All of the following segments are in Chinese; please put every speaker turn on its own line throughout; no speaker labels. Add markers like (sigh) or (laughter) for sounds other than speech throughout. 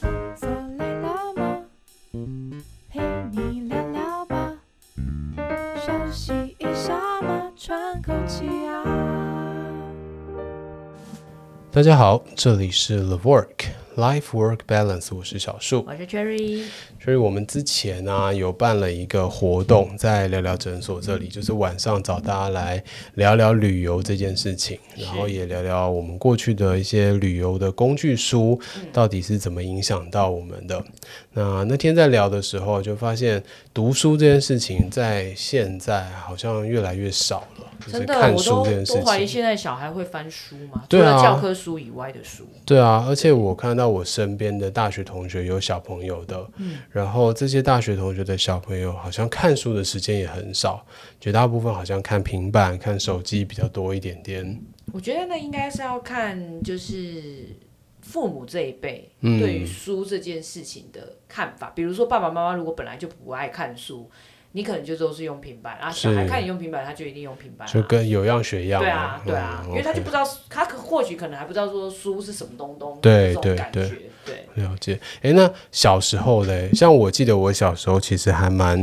坐累了吗？陪你聊聊吧，休息一下嘛，喘口气啊。
大家好，这里是 The Work Life Work Balance，我是小树。
我是 Cherry，
所以我们之前呢、有办了一个活动，在聊聊诊所
嗯
这里，就是晚上找大家来聊聊旅游这件事情，然后也聊聊我们过去的一些旅游的工具书
嗯
到底是怎么影响到我们的。那那天在聊的时候，就发现读书这件事情在现在好像越来越少了，就是
真的，
看
我
书
都
这件事
都怀疑
情。
现在小孩会翻书吗？
对啊
除了教科书以外的书，
对啊，而且我看到我身边的大学同学有小朋友的，
嗯
然后这些大学同学的小朋友好像看书的时间也很少，绝大部分好像看平板、看手机比较多一点点。
我觉得那应该是要看就是父母这一辈
嗯
对于书这件事情的看法。比如说爸爸妈妈如果本来就不爱看书，你可能就都是用平板，啊，小孩
是
看你用平板，他就一定用平板、啊，
就跟有样学样
对啊，对啊，
嗯
因为他就
OK
不知道，他可或许可能还不知道说书是什么东东，
对
这种
对
感
对
觉，对，
了解，诶，那小时候嘞，像我记得我小时候其实还蛮，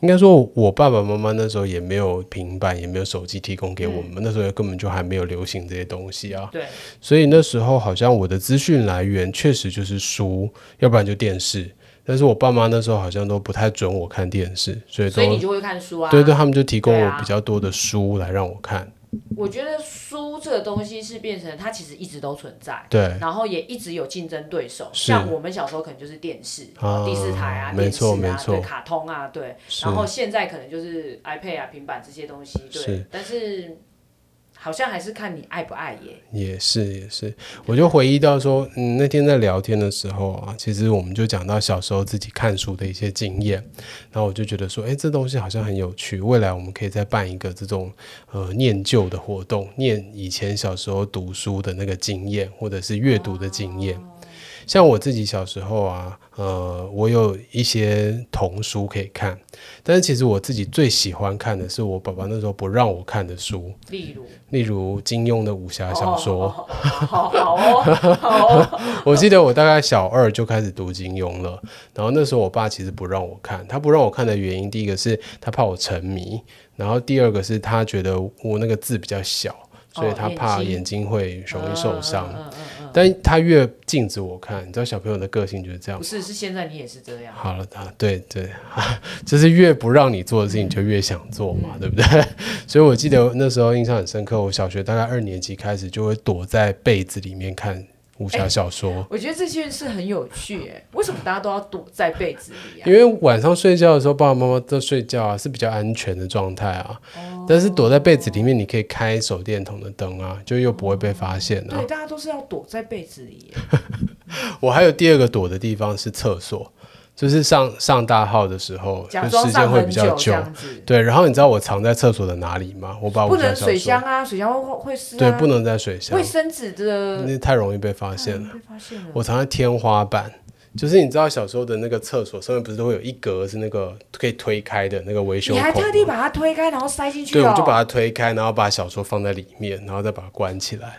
应该说我爸爸妈妈那时候也没有平板，也没有手机提供给我们，
嗯
那时候根本就还没有流行这些东西啊，
对，
所以那时候好像我的资讯来源确实就是书，要不然就电视，但是我爸妈那时候好像都不太准我看电视，所以都
所以你就会看书啊，
对对，他们就提供
对
我
啊
比较多的书来让我看，
我觉得书这个东西是变成它其实一直都存在，
对。
然后也一直有竞争对手，
是
像我们小时候可能就是电视、
啊
第四台啊、
没
电视
错
啊、
没错
对，卡通啊，对，
是
然后现在可能就是 iPad 啊、平板这些东西，对，
是
但是好像还是看你爱不爱耶。
也是也是，我就回忆到说，嗯，那天在聊天的时候啊，其实我们就讲到小时候自己看书的一些经验，然后我就觉得说，哎，这东西好像很有趣，未来我们可以再办一个这种呃念旧的活动，念以前小时候读书的那个经验，或者是阅读的经验。像我自己小时候啊，呃，我有一些童书可以看，但是其实我自己最喜欢看的是我爸爸那时候不让我看的书，
例
(laughs)
如，
例如金庸的武侠小说。
哦好好哦，好哦，
我记得我大概小二就开始读金庸了，然后那时候我爸其实不让我看，他不让我看的原因，第一个是他怕我沉迷，然后第二个是他觉得我那个字比较小，所以
哦
他怕
眼睛
眼睛会容易受伤。
嗯嗯嗯嗯
但他越禁止我看，你知道小朋友的个性就是这
嗯，
样
不。是，是现在你也是这样，
好了啊，对对、 (laughs) 就是越不让你做的事情，你就越想做
嗯
嘛，对不 (laughs) 对？所以我记得那时候印象很深刻，我小学大概二年级开始就会躲在被子里面看武
哎
侠小说。
我觉得这件事很有趣耶，为什么大家都要躲在被子里啊？
因为晚上睡觉的时候，爸爸妈妈都睡觉啊，是比较安全的状态啊。
哦
但是躲在被子里面，你可以开手电筒的灯啊，就又不会被发现啊
对，。大家都是要躲在被子里耶。
我还有第二个躲的地方是厕所，就是上上大号的时候，
假
就
装
时间
上
会
很
比较
久这
久。
样子，
对，然后你知道我藏在厕所的哪里吗？我把
不
我家
能
小
水箱
说，
啊，水箱会会湿啊。
对，不能在水箱
卫，生纸的嗯
那太容易被发现了。
被发现了。
我藏在天花板，就是你知道小时候的那个厕所上面不是都会有一格是那个可以推开的那个维修
你
孔吗？
还特地把它推开，然后塞进去
对，
哦。
我就把它推开，然后把小说放在里面，然后再把它关起来。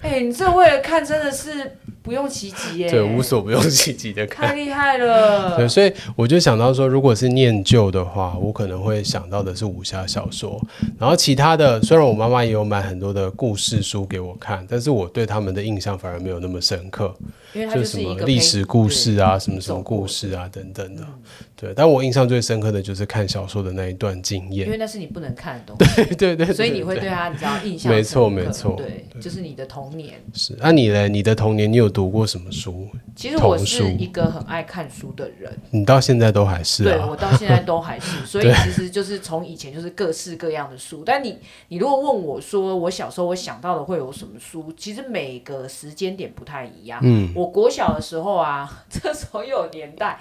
哎，你这为了看真的是不用奇迹耶，
对，无所不用其极的看。
太厉害了
对，。所以我 (laughs) 就想到说，如果是念旧的话，我可能会想到的是武侠小说。然后其他的，虽然我妈妈也有买很多的故事书给我看，但是我对他们的印象反而没有那么深刻，
因为它
就是什
一
么
个
历
陪
史故事啊，什么什么
走过
故事啊等等的。对，但我印象最深刻的就是看小说的那一段经
对，因
验。
为那是你不能看的东西，
对 (laughs) 对对，
所以你
对
会对它你知道印象
没错
深刻
没错
对，就是你的童年。
是。那、你嘞？你的童年你有读过什么书？
其实我
童
是
书
一个很爱看书的人，
你到现在都还是
对
啊？
我到现在都
(laughs)
还是，所以其实就是从以前就是各式各样的书。但你你如果问我说我小时候我想到的会有什么书，其实每个时间点不太一样。嗯，我国小的时候啊， (laughs) 这时候又有年代。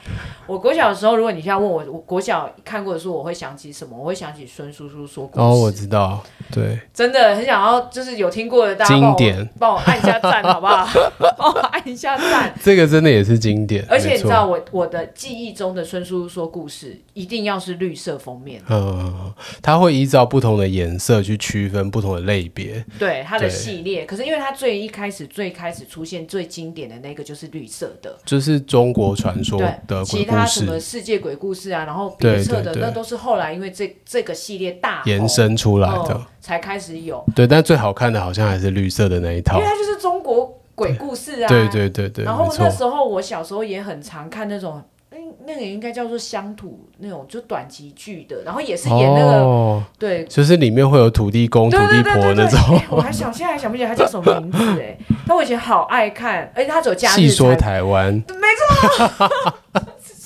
我国小的时候，如果你现在问我，我国小看过的书，我会想起什么？我会想起孙叔叔说故事。
哦，我知道，对，
真的很想要，就是有听过的大家帮
经典
我帮我按一下赞好不好？ (laughs) 帮我按一下赞。
这个真的也是经典，
而且你
没
知
错
道，我我的记忆中的孙叔叔说故事一定要是绿色封面，
嗯，它会依照不同的颜色去区分不同的类别，
对它的
对
系列。可是因为它最一开始最开始出现最经典的那那个就是绿色的，
就是中国传说
对，
的
其
鬼
他
故
什
事
么世界鬼故事啊，然后
对
别册
对
的
对
那都是后来因为这这个系列大
延
红
伸出来的。
嗯才开始有，
对，但最好看的好像还是绿色的那一
因
套
为。它就是中国鬼故事啊。
对对对对，
然后
没
那
错。
时候我小时候也很常看那种，那那个应该叫做乡土那种，就短集剧的，然后也是演那个、
哦，
对。
就是里面会有土地 (laughs) 公、土
对
地
对对
婆
对对
那
对，
种
哎。我还想现在还想不起来他叫什么名字哎、但我以前好爱看，而且他只有假
细
日
说
才
台湾，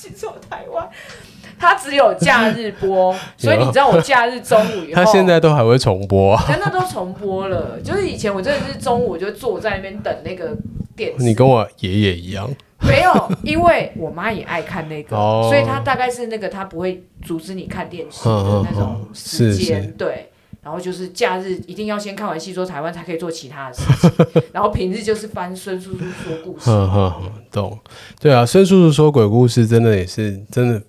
去做台湾，它只有假日
(laughs)
播，所以你知道我假日中午以后，
他现在都还会重播啊。
真的都重播了。就是以前我真的是中午就坐在那边等那个电视，
你跟我爷爷一样，
(laughs) 没有，因为我妈也爱看那个，
哦
所以她大概是那个她不会阻止你看电
嗯
视的
嗯
那种
嗯
时间，
是是
对。然后就是假日一定要先看完《戏说台湾》，才可以做其他的事
(laughs)
情。然后平日就是翻孙叔叔说故事，
哼哼哼，懂。对啊，孙叔叔说鬼故事真的也是真的。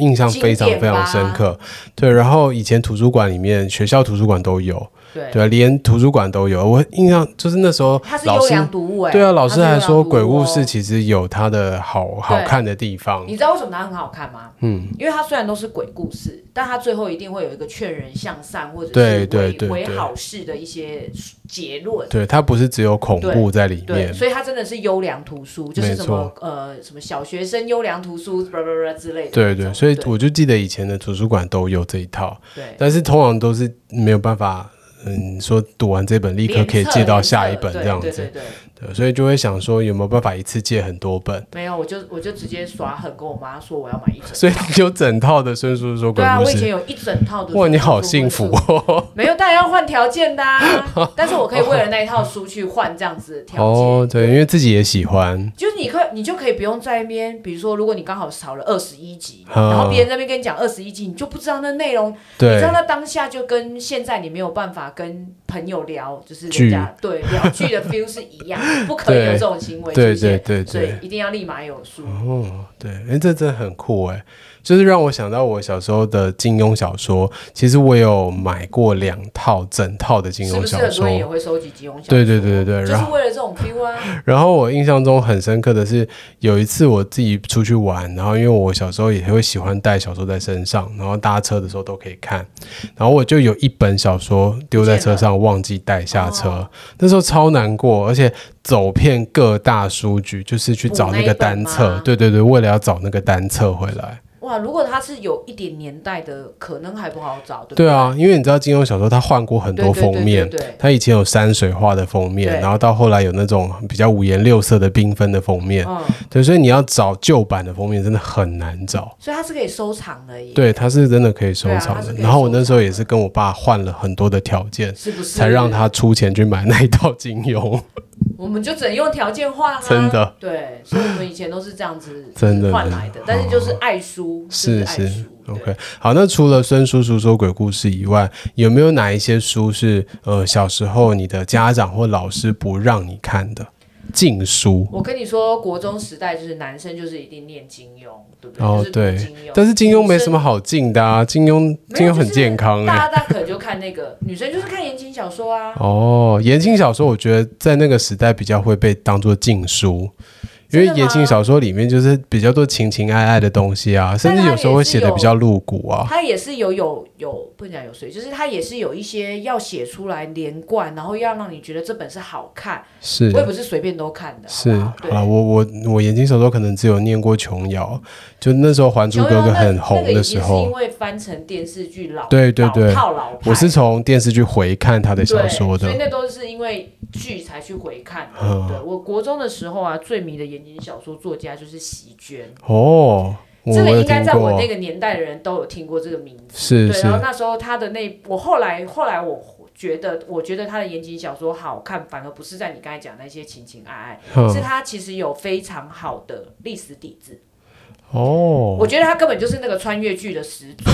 印象非常非常深刻，对。然后以前图书馆里面，学校图书馆都有，
对，
对啊，连图书馆都有。我印象就是那时候
它是
老
优
师
良读物哎、
对啊，老师
它是优
还
良
说
读
鬼故
哦
事其实有它的好好
对
看的地方
你，知道为什么它很好看吗？
嗯，
因为它虽然都是鬼故事，但它最后一定会有一个劝人向善或者
对
是
对
为
对
为
对
好事的一些结论。
对，它不是只有恐怖在里
对，
面，
所以它真的是优良图书，就是
没
什么
错
呃什么小学生优良图书，blah blah blah 之类的
对
那种。
对，所以我就记得以前的图书馆都有这一套，
对
但是通常都是没有办法，嗯，说读完这本立刻可以借到下一本这样
对对
子，
对对，
对，所以就会想说有没有办法一次借很多本，
没有，我就我就直接耍狠跟我妈说我要买一整。
所以你有整套的孙叔叔说鬼
对啊，
故
我以前
事，
有一整套的。
哇，你好幸福！哦，
没有，当然要换条件的、啊，但是我可以为了那一套书去换这样子的条件。
哦，对，因为自己也喜欢，
就是你可你就可以不用在那边，比如说，如果你刚好少了二十一集，
嗯
然后别人在那边跟你讲二十一集，你就不知道那内容，你
对
知道，那当下就跟现在你没有办法跟朋友聊，就是人家对聊剧的 feel 是一样，不可以有这种行为出
对
现，
对对
所
对
以。一定要立马有书。
哦，对，哎，这真的很酷哎，就是让我想到我小时候的金庸小说。其实我有买过两套整套的金
是
庸
不是
小
很多
说，
人也会收集金庸小说？
对对对对对。
就
然
是
后，
为了这种 feel 啊，
然后我印象中很深刻的是，有一次我自己出去玩，然后因为我小时候也会喜欢带小说在身上，然后搭车的时候都可以看。然后我就有一本小说丢在车上，忘记带下车，
哦
那时候超难过，而且走遍各大书局，就是去找那个单
补那一本
册
吗，
对对对，为了要找那个单册回来。
哇！如果它是有一点年代的，可能还不好找，对不
对啊，因为你知道金庸小说它换过很
对？
多封面
对，对对对对
它以前有山水画的封面，
对
然后到后来有那种比较五颜六色的缤纷的封面，
嗯，
对，所以你要找旧版的封面真的很难找。
所以它是可以收藏的耶，
对，它是真的可以收
对啊
藏
它
的。
是可以
然后我
收
那时候
藏
也是跟我爸换了很多的条件，
是不是？啊
才让他出钱去买那一套金庸。
我们就只能用条件换啊，
真的。
对，所以我们以前都是这样子
真的哦
换来的，但是就是爱书，就是爱
是
书。对
，OK。好，那除了孙叔叔说鬼故事以外，有没有哪一些书是呃小时候你的家长或老师不让你看的禁书？
我跟你说，国中时代就是男生就是一定念金庸，对不对？
哦，
就是
对
读金庸，，
但是金庸没什么
女
好禁的啊，金庸
生
金庸很健康
没有就
哎、
是大家大家可能就看那个女生就是看言情小说啊，
(laughs) 哦，言情小说我觉得在那个时代比较会被当做禁书，因为
真的吗
言情小说里面就是比较多情情爱爱的东西啊，甚至有时候会写的比较露骨啊。
她也是有有有不能讲有谁，就是她也是有一些要写出来连贯，然后要让你觉得这本是好看，
是
我也不是随便都看的，
是
好不好对
啊，我我我言情小说可能只有念过琼瑶，就那时候《还珠
琼
格
瑶
格》
那
很红的时
那个已经是因
候，
为翻成电视剧老
对对对
老套老派
我是从电视剧回看他的小
对，
说的
所以。那都是因为剧才去回看的。
嗯
对我国中的时候啊，最迷的言情小说作家就是席绢，
哦，我
这
我
个
有
应该
听
在我
过
那，个年代的人都有听过这个名字。
是
对，
是
然后那时候他的那，我后来后来我觉得，我觉得他的言情小说好看，反而不是在你刚才讲那些情情爱爱，是
嗯
他其实有非常好的历史底子。
哦
我，觉得他根本就是那个穿越剧的始祖，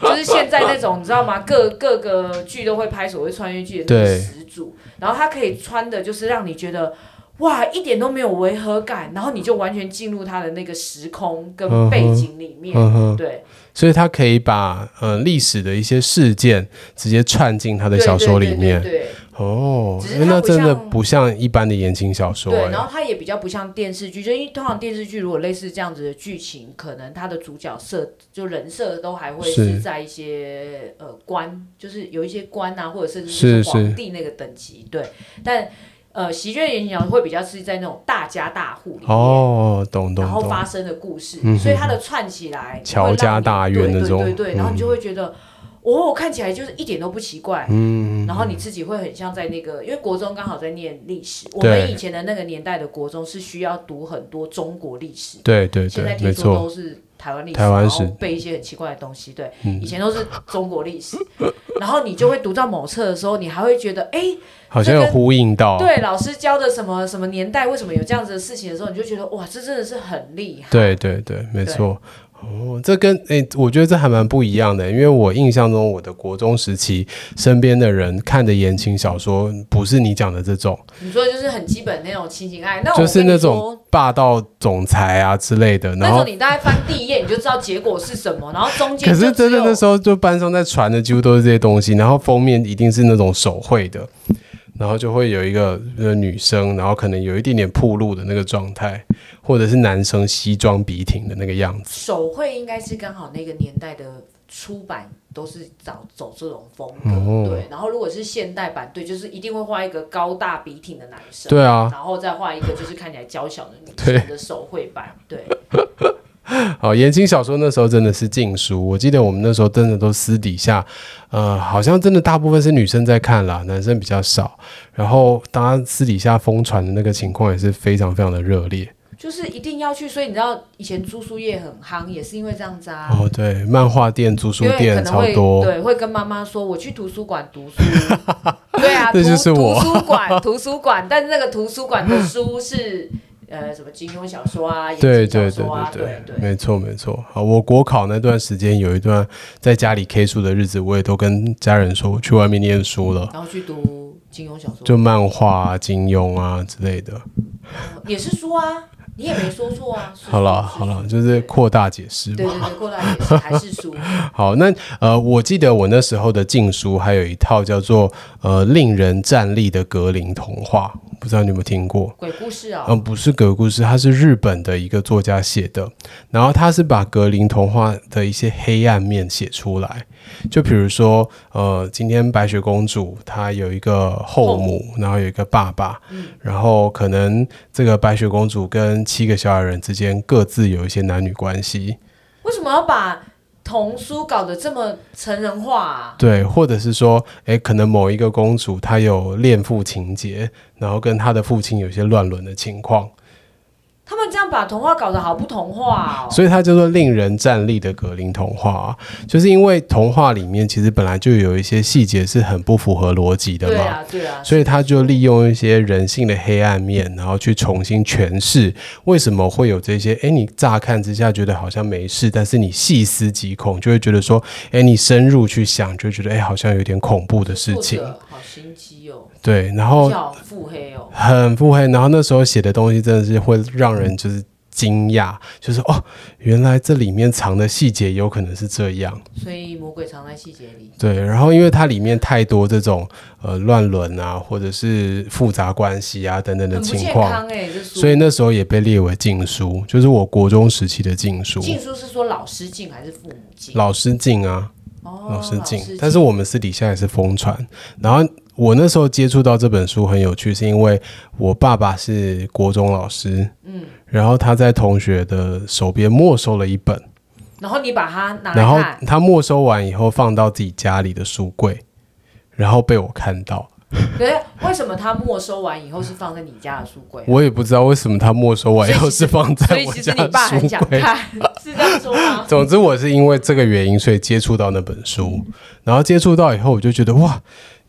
就是现在那种你知道吗？各各个剧都会拍所谓穿越剧的那个
对
始祖，然后他可以穿的就是让你觉得。哇，一点都没有违和感，然后你就完全进入他的那个时空跟背景里面，
嗯哼，
对
所以他可以把呃历史的一些事件直接串进他的
对
小说里
对对
面。
对对
哦
只是，它
诶那
不
真的
像
不像一般的言情小说、
对，
欸，
然后它也比较不像电视剧，就因为通常电视剧如果类似这样子的剧情，可能它的主角设就人设都还会
是
是在一些呃官，就是有一些官啊，或者甚至
是是
皇帝那个等级。对，但呃喜剧的言情小说会比较是在那种大家大户里面。
哦，懂懂
然后
懂，
发生的故事，
嗯哼嗯
所以它的串起来
乔
会让你
家大院
对
那种
对对对，然后你
嗯
就会觉得，哦，看起来就是一点都不奇怪，
嗯，
然后你自己会很像在那个，因为国中刚好在念历史，我
对
们以前的那个年代的国中是需要读很多中国历史，
对对
现在
对，
听
没
说
错，
都是台湾历史，
台湾史嗯
然后背一些很奇怪的东西，对，以前都是中国历史， (laughs) 然后你就会读到某册的时候，你还会觉得，哎，
好像有
这个
呼应到，
对，老师教的什么什么年代，为什么有这样子的事情的时候，你就觉得，哇，这真的是很厉害，
对对对，没错。哦，这跟诶、我觉得这还蛮不一样的，因为我印象中我的国中时期，身边的人看的言情小说不是你讲的这种，
你说的就是很基本那种亲情爱，那我
就是
跟你
那
说
种霸道总裁啊之类的。
那
然
时候
后，
你大概翻第一页你就知道结果是什么，然后中间
可是
就只
真的
有
那时候就班上在传的几乎都是这些东西，然后封面一定是那种手绘的，然后就会有一个呃女生，然后可能有一点点铺路的那个状态，或者是男生西装笔挺的那个样子。
手绘应该是刚好那个年代的出版都是找走这种风格，
哦
对。然后如果是现代版，对，就是一定会画一个高大笔挺的男生，
对啊，
然后再画一个就是看起来娇小的女
对
生的手绘版，对。
好，哦言情小说那时候真的是禁书，我记得我们那时候真的都私底下，呃，好像真的大部分是女生在看啦，男生比较少。然后大家私底下疯传的那个情况也是非常非常的热烈。
就是一定要去，所以你知道以前租书业很夯，也是因为这样子啊。
哦，对，漫画店、租书
因为可
店
能
超
会
多，
对，会跟妈妈说我去图书馆读
(laughs)
书。对啊，
这
图
就是我
图书馆，图书馆，但是那个图书馆的书是呃什么金庸小说啊，言
对
情
对
小
对
说啊，
对
对
没错没错。好，我国考那段时间有一段在家里 K 书的日子，我也都跟家人说我去外面念书了，
然后去读金庸小说，
就漫画、啊、金庸啊之类的。
也是书啊，你也没说错啊。是
好了
书是
好了，
书
就是扩大解释嘛
对。对对，过来也是还是书，
好，那呃，我记得我那时候的禁书还有一套叫做呃《令人站立的格林童话》，不知道你有没有听过？
鬼故事
嗯、
哦，
不是鬼故事，它是日本的一个作家写的，然后他是把格林童话的一些黑暗面写出来，就比如说，呃，今天白雪公主她有一个后母，嗯然后有一个爸爸，然后可能这个白雪公主跟七个小矮人之间各自有一些男女关系，
为什么要把童书搞得这么成人化啊？
对，或者是说，诶，可能某一个公主她有恋父情节，然后跟她的父亲有一些乱伦的情况，
他们这样把童话搞得好不童话哦。
所以它叫做令人站立的格林童话、啊，就是因为童话里面其实本来就有一些细节是很不符合逻辑的
对
嘛。
啊，对啊，
所以他就利用一些人性的黑暗面，然后去重新诠释为什么会有这些。诶，你乍看之下觉得好像没事，但是你细思极恐，就会觉得说，诶，你深入去想，就会觉得哎诶，好像有点恐怖的事
作
情。
者好心机哦，
对，然后
叫腹黑哦。
很腹黑，然后那时候写的东西真的是会让人就是惊讶，就是哦，原来这里面藏的细节有可能是这样。
所以魔鬼藏在细节里。
对，然后因为它里面太多这种呃乱伦啊，或者是复杂关系啊等等的
很不
情
健
况，
康哎、这书。
所以那时候也被列为禁书，就是我国中时期的禁书，
禁书是说老师禁还是父母禁？
老师禁啊。
哦
老师进，
禁
但是我们私底下也是疯传。然后我那时候接触到这本书很有趣，是因为我爸爸是国中老师，嗯，然后他在同学的手边没收了一本，
然后你把它拿来
然后 (laughs)
看，
他没收完以后放到自己家里的书柜，然后被我看到，
对，为什么他没收完以后是放在你家的书柜啊、
我也不知道为什么他没收完以后是
所以其实
放在
所以
我
其实
家
你
的
爸很
书
想
柜。
看， (laughs) 是这样说 (laughs) 吗？
总之，我是因为这个原因，所以接触到那本书，然后接触到以后，我就觉得哇，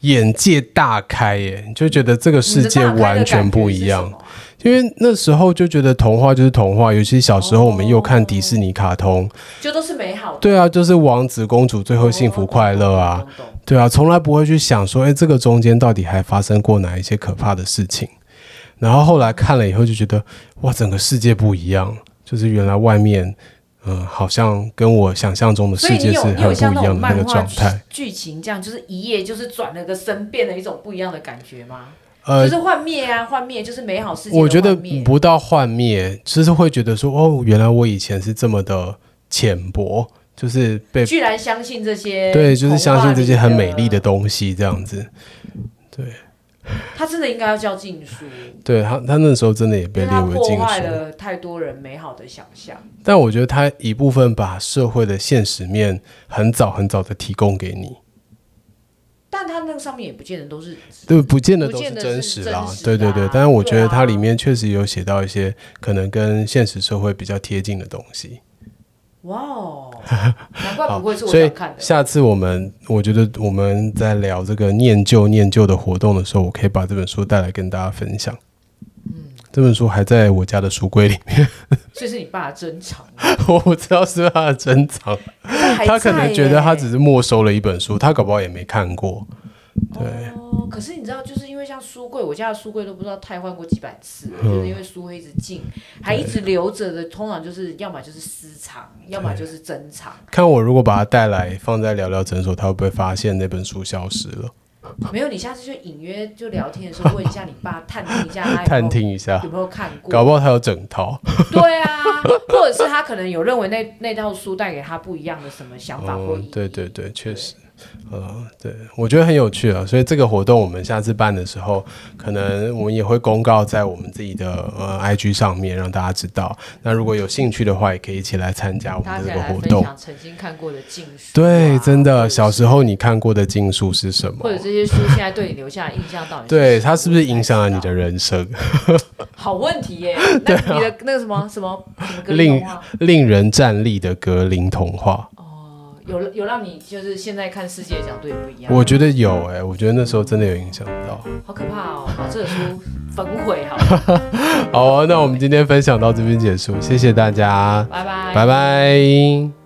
眼界大开耶！你就觉得这个 (laughs) 世界完全不一样
你的，嗯大开的感觉是什么。
因为那时候就觉得童话就是童话，尤其小时候我们又看迪士尼卡通，
就都是美好的，
对啊，就是王子公主最后幸福快乐啊，
懂，懂懂懂
对啊，从来不会去想说，哎，这个中间到底还发生过哪一些可怕的事情。然后后来看了以后就觉得，哇，整个世界不一样，就是原来外面，嗯、嗯、好像跟我想象中的
所
世
以你
界是
有你有
很不
像
一
那
样的
种
那
漫
个
画
状
剧
态。
剧情这样，就是一夜就是转了个身，变了一种不一样的感觉吗？
呃
就，是幻灭啊，幻灭就是美好世界的
我觉得
幻灭
不到幻灭，就是会觉得说，哦，原来我以前是这么的浅薄，就是被
居然相信这些，
对，就是相信这些很美丽的。东西这样子。
他真的应该要叫禁书，
对他，他那时候真的也
因
被
为
列
他
为
破
禁
坏
书。
了太多人美好的想象。
但我觉得他一部分把社会的现实面很早很早的提供给你，
但他那个上面也不见得都是
对，不见得
不
都
见
是
得
真
是
实
真
啦，
实
对对
的
对
啊。
但是我觉得
对啊
它里面确实有写到一些可能跟现实社会比较贴近的东西。
哇哦，难怪不会是我
所以
想看的。
下次我们，我觉得我们在聊这个念旧念旧的活动的时候，我可以把这本书带来跟大家分享。
嗯
这本书还在我家的书柜里面， (laughs)
所以是你爸的珍藏，啊
我不知道是不是他的珍藏。他
他
可能觉得他只是没收了一本书，他搞不好也没看过。
对。哦，可是你知道，就是因为像书柜，我家的书柜都不知道汰换过几百次
嗯
了，就是因为书会一直进，还一直留着的，通常就是要么就是私藏，要么就是珍藏。
看我如果把它带来放在聊聊诊所，他会不会发现那本书消失了？ (laughs)
没有，你下次就隐约就聊天的时候问一下你爸，探听一下他有没
(laughs)
有
探听一下
哎有，没有看过，
搞不好他有整套。
对啊，或者是他可能有认为那那套书带给他不一样的什么想法或
哦
意义。，
对对对，确实，呃，对，我觉得很有趣啊。所以这个活动我们下次办的时候，可能我们也会公告在我们自己的呃 IG 上面，让大家知道。那如果有兴趣的话，也可以一起来参加我
他
们
想
这个
来
活
分
动。
享曾经看过的禁书、啊，
对，真的，
或者是
小时候你看过的禁书是什么
或？者这些书现在对你留下的印象到底
对，
什么
它是不是影响了你
我
的人啊生？
不太知道？好问题
(laughs)
耶、那你的那个什么什么什么格林
令
童话
令人站立的格林童话，
哦，有有让你就是现在看世界的角度也不一样，
我觉得有哎、我觉得那时候真的有影响到。
好可怕哦！把这本书焚毁好了，
啊好、哦，那我们今天分享到这边结束，谢谢大家，
拜拜，
拜拜